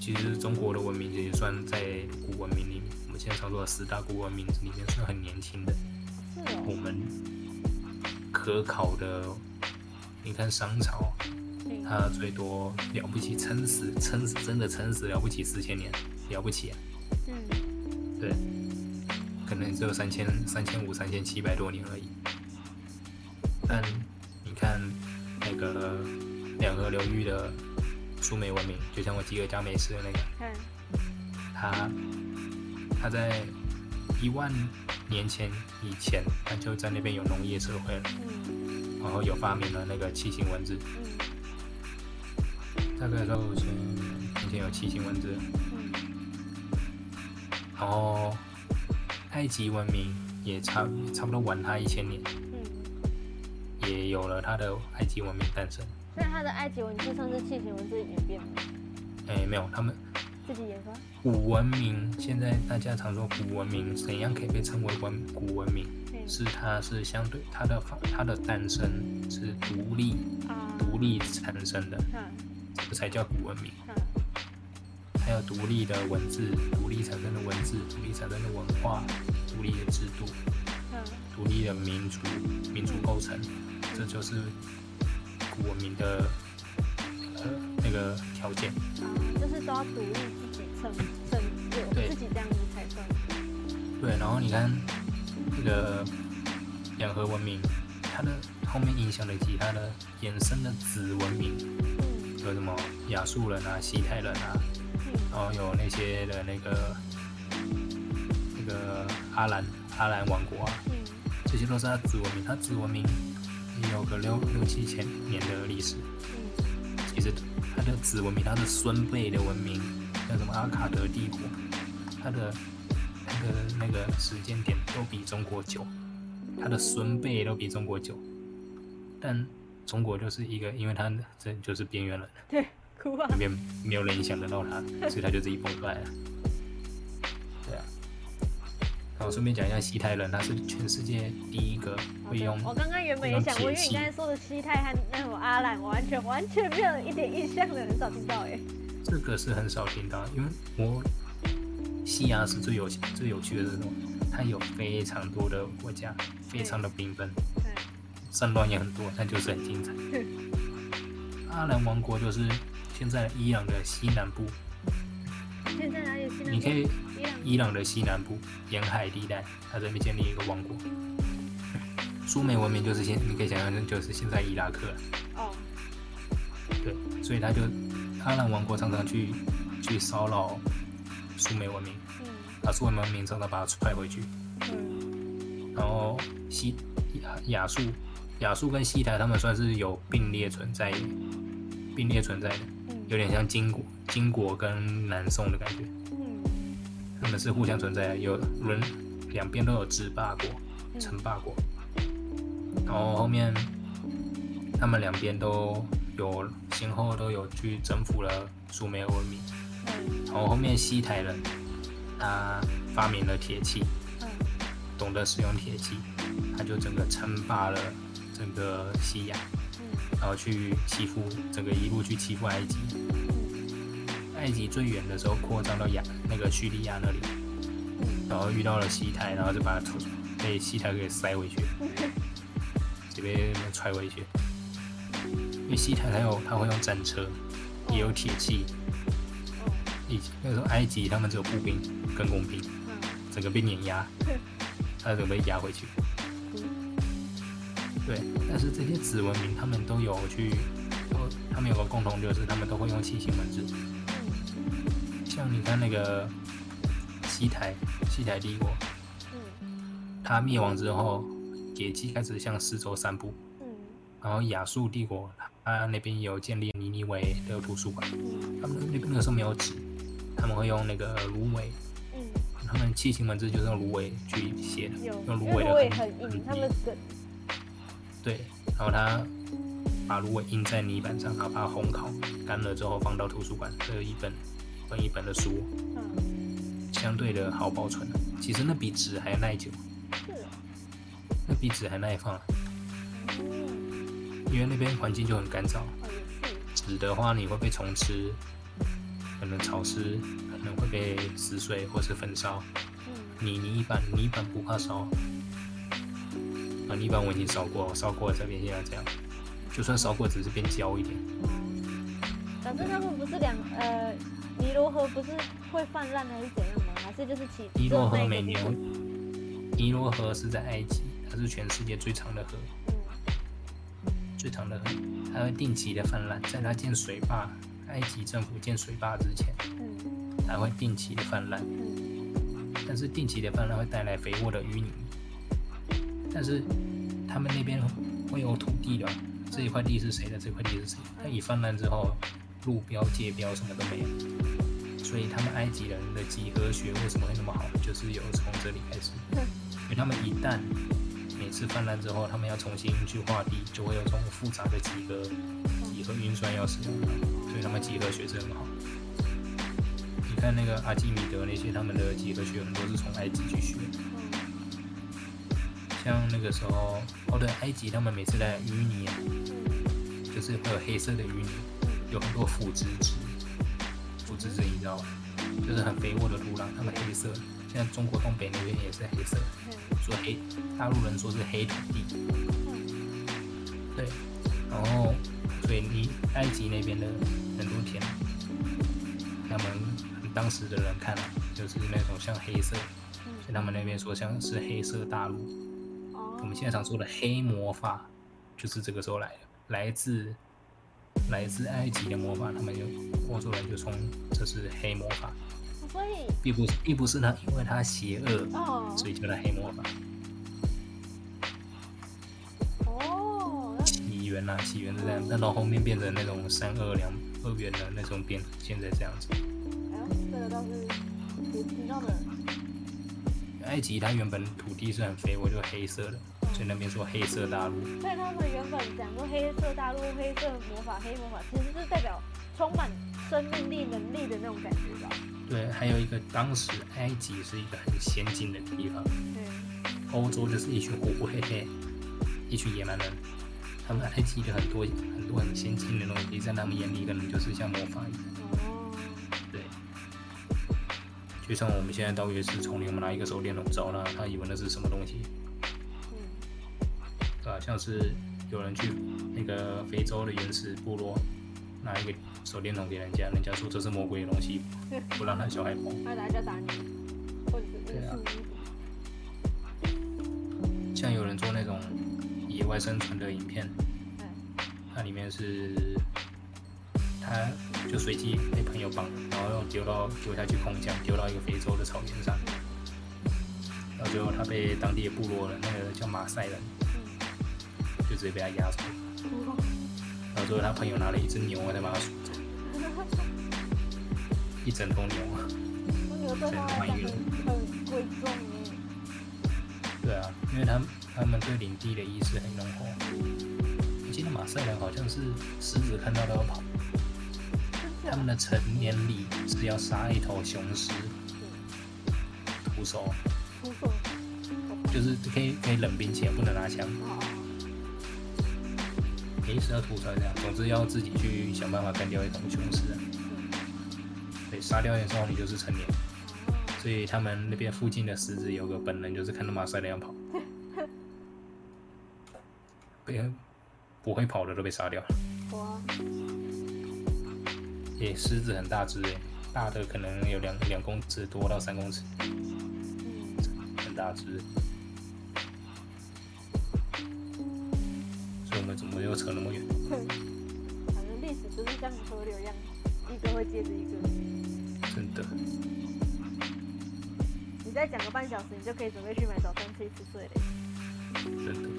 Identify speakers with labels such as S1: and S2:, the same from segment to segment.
S1: 其实中国的文明其实算在古文明里面，我们现在常说的十大古文明里面算很年轻的。
S2: 是哦，
S1: 我们可考的，你看商朝，
S2: 对，
S1: 它最多了不起撑死，撑死真的撑死了不起四千年，了不起、啊，
S2: 嗯，
S1: 对，可能只有三千、三千五、三千七百多年而已。但你看那个两河流域的苏美文明，就像我吉尔加美什的那个，
S2: 看，
S1: 它它在一万年前以前，它就在那边有农业社会了，
S2: 嗯
S1: 然后有发明了那个楔形文字，
S2: 嗯
S1: 大概在五千年前有楔形文字，
S2: 嗯，
S1: 然后埃及文明也差差不多晚它一千年，
S2: 嗯，
S1: 也有了它的埃及文明诞生。
S2: 那它的埃及文字算是楔形文字演变吗？
S1: 哎，没有，他们
S2: 自己研发？
S1: 古文明，现在大家常说古文明怎样可以被称为文古文明？
S2: 嗯
S1: 是它是相对它的发它的诞生是独立
S2: 啊，
S1: 独立产生的，
S2: 看
S1: 这才叫古文明。
S2: 看，
S1: 还有独立的文字，独立产生的文字，独立产生的文化，独立的制度，
S2: 看，
S1: 独立的民族民族构成，这就是古文明的呃那个条件。
S2: 就是都要独立自己成成就，
S1: 对
S2: 自己这样子才算。
S1: 对，然后你看这个两河文明，它的后面影响了其他的衍生的子文明，
S2: 嗯
S1: 有什么亚述人啊、西泰人啊，
S2: 嗯
S1: 然后有那些的那个那个阿兰阿兰王国啊，
S2: 嗯，
S1: 这些都是它子文明，它子文明也有个六六七千年的历史。
S2: 嗯
S1: 其实它的子文明，它的孙辈的文明叫什么阿卡德帝国，它的它的那个时间点都比中国久，它的孙辈都比中国久，但中国就是一个，因为它这就是边缘人，
S2: 对，哭啊
S1: 那，边没有人影响得到它，所以它就自己蹦出来了。对啊，然后顺便讲一下西泰人，他是全世界第一个会用
S2: 我刚刚原本也想问，因为你刚才说的西泰和那种阿兰，我完全完全没有一点印象的，很少听到哎。
S1: 这个是很少听到，因为我西亚是最有最有趣的这种，它有非常多的国家，非常的缤纷，战乱也很多，但就是很精彩。阿兰王国就是现在伊朗的西南部，
S2: 现在哪里？西南？
S1: 你可以
S2: 伊朗。
S1: 伊朗的西南部沿海地带，它这边建立一个王国。苏美文明就是现，你可以想象就是现在伊拉克啊，
S2: 哦，
S1: 对，所以他就阿兰王国常常去去骚扰苏美文明，
S2: 嗯
S1: 把苏美文明常常把它踹回去。
S2: 嗯
S1: 然后西亚亚述、亚述跟西台他们算是有并列存在，并列存在的，有
S2: 嗯
S1: 点像金国、金国跟南宋的感觉，
S2: 嗯
S1: 他们是互相存在的，有轮两边都有制霸
S2: 嗯
S1: 国、称霸国，然后后面他们两边都有先后都有去征服了苏美尔文明，
S2: 嗯
S1: 然后后面西台人他发明了铁器，
S2: 嗯，
S1: 懂得使用铁器，他就整个称霸了整个西亚，然后去欺负整个一路去欺负埃及。埃及最远的时候扩张到亚那个叙利亚那里，然后遇到了西泰，然后就把土被西泰给塞回去，这边踹回去。因为西泰它有它会用战车，也有铁器，以及那时候埃及他们只有步兵跟工兵，整个被碾压，他整个被压回去。对，但是这些子文明他们都有去，都他们有个共同就是他们都会用楔形文字。像你看那个西台西台帝国，它灭亡之后，铁器开始向四周散布，然后亚述帝国它那边有建立尼尼微的图书馆，他们那那个时候没有纸，他们会用那个芦苇，他们楔形文字就是用芦苇去写的，
S2: 有，
S1: 用芦
S2: 因为
S1: 苇
S2: 芦苇
S1: 的嗯
S2: 很硬，他们梗，
S1: 对，然后他把芦苇印在泥板上，然后把它烘烤，干了之后放到图书馆，这一本分一本的书，
S2: 嗯，
S1: 相对的好保存。啊其实那比纸还耐久，
S2: 是，
S1: 那比纸还耐放，啊
S2: 嗯，
S1: 因为那边环境就很干燥。啊
S2: 哦，也是，
S1: 纸的话你会被虫吃，可能潮湿，可能会被死水或是焚烧。
S2: 嗯，
S1: 泥泥板泥板不怕烧，啊，泥板我已经烧过，烧过了才变现在这样。就算烧过，只是变焦一点。
S2: 反正他们不是两呃尼罗河不是会泛滥还是怎样吗？还是就是起
S1: 尼罗河每年
S2: 只有那一个地，
S1: 尼罗河是在埃及，它是全世界最长的河，最长的河，它会定期的泛滥，在它建水坝，埃及政府建水坝之前，
S2: 嗯嗯
S1: 它会定期的泛滥。
S2: 嗯
S1: 但是定期的泛滥会带来肥沃的淤泥。但是他们那边会有土地的，这一块地是谁的，这块地是谁的。但一泛滥之后，路标、界标什么都没有，所以他们埃及人的几何学为什么会那么好，就是有从这里开始。因为他们一旦每次泛滥之后，他们要重新去划地，就会有这种复杂的几何、几何运算要使用到，所以他们几何学是很好。你看那个阿基米德那些，他们的几何学很多是从埃及去学的。
S2: 嗯
S1: 像那个时候，哦对，埃及他们每次来淤泥啊，
S2: 嗯
S1: 就是会有黑色的淤泥，有很多腐殖质，腐殖质你知道吧？就是很肥沃的土壤，他们黑色。现在中国东北那边也是黑色，说黑，大陆人说是黑土地。
S2: 嗯
S1: 对，然后所以你埃及那边的很多田，他们当时的人看啊，就是那种像黑色，所以他们那边说像是黑色大陆。
S2: 嗯哦，
S1: 我们现在常说的黑魔法，就是这个时候来的，来自来自埃及的魔法，他们就欧洲人就从这是黑魔法，
S2: 所以
S1: 并不并不是他因为他邪恶，
S2: 哦
S1: 所以叫他黑魔法。
S2: 哦，那
S1: 起源啦、起源是这样，但到后面变成那种三二两二元的那种变，现在这样子。
S2: 哎呦，这个倒是我知道的，
S1: 埃及它原本土地是很肥沃，就黑色的，所以那边说黑色大陆。
S2: 所以他们原本讲说黑色大陆、黑色魔法、黑魔法，其实是代表充满生命力、能力的那种感觉吧？
S1: 对，还有一个当时埃及是一个很先进的地方，
S2: 嗯
S1: 欧洲就是一群虎虎黑黑，一群野蛮人。他们埃及的很多很多很先进的东西，在他们眼里可能就是像魔法一样。
S2: 哦，
S1: 对，就像我们现在到夜市丛林，我们拿一个手电筒照那他以为那是什么东西，
S2: 嗯
S1: 对吧、像是有人去那个非洲的原始部落，拿一个手电筒给人家，人家说这是魔鬼的东西，不让他小孩碰。
S2: 那大家打你，或者是
S1: 对啊
S2: 树
S1: 像有人做那种野外生存的影片，
S2: 嗯
S1: 它里面是他就随机被朋友绑，然后又丢到丢下去空降，丢到一个非洲的草原上，然后最后他被当地的部落人，那个叫马赛人，就直接被他压死。
S2: 嗯，哇
S1: 然后最后他朋友拿了一只牛在把他赎走，一整头牛。
S2: 我女儿对他来讲很很贵重耶。
S1: 对啊，因为他们他们对领地的意识很浓厚。我记得马赛人好像是狮子看到都要跑，
S2: 就是
S1: 他们的成年礼是要杀一头雄狮徒手，
S2: 徒手，
S1: 就是可以可以冷兵器，不能拿枪，
S2: 哦
S1: 诶，是要徒手还是这样，总之要自己去想办法干掉一头雄狮啊。对，杀掉之后你就是成年，所以他们那边附近的狮子有个本能，就是看到马赛人要跑，被不会跑的都被杀掉了。
S2: 哦，哇，
S1: 诶、狮子很大只诶、大的可能有两两公尺多到三公尺，
S2: 嗯，
S1: 很大只。所以我们怎么又扯那么远？
S2: 哼反正历史就是像河流一样，一个会接着一个。
S1: 真的，
S2: 你再讲个半小时，你就可以准备去买早餐吃一吃睡了。
S1: 真的。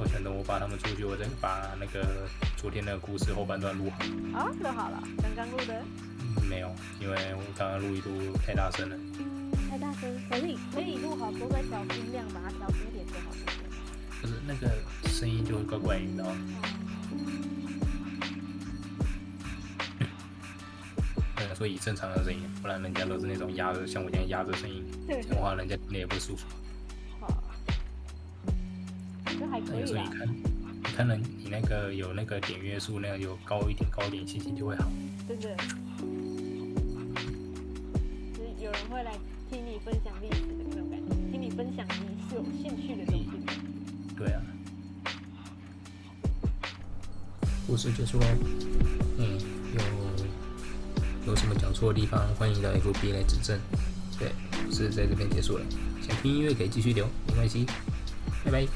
S1: 我想等我把他们出去，我再把那个昨天那个故事后半段录好。
S2: 啊，录好了，刚刚录的，
S1: 嗯没有，因为我刚刚录一录太大声了。
S2: 太大声，可以可以录好，都在小音量，把它调低一点就好了。
S1: 不是那个声音就会怪怪，你知道吗？嗯，所以正常的声音，不然人家都是那种压着，像我这样压着声音，
S2: 对
S1: 讲话人家听了也不舒服。
S2: 好，这还可
S1: 但有
S2: 以啊
S1: 时候
S2: 啦
S1: 你。看，你看了你那个有那个点约束，那样有高一点高一点，心情就会好。
S2: 真的，就是有人会来听你分享历史的那种感觉，听你分享你是有兴趣的东西。
S1: 对啊，故事结束喽。嗯，有有什么讲错的地方，欢迎到 FB 来指正。对，故事在这边结束了。想听音乐可以继续留，没关系。拜拜。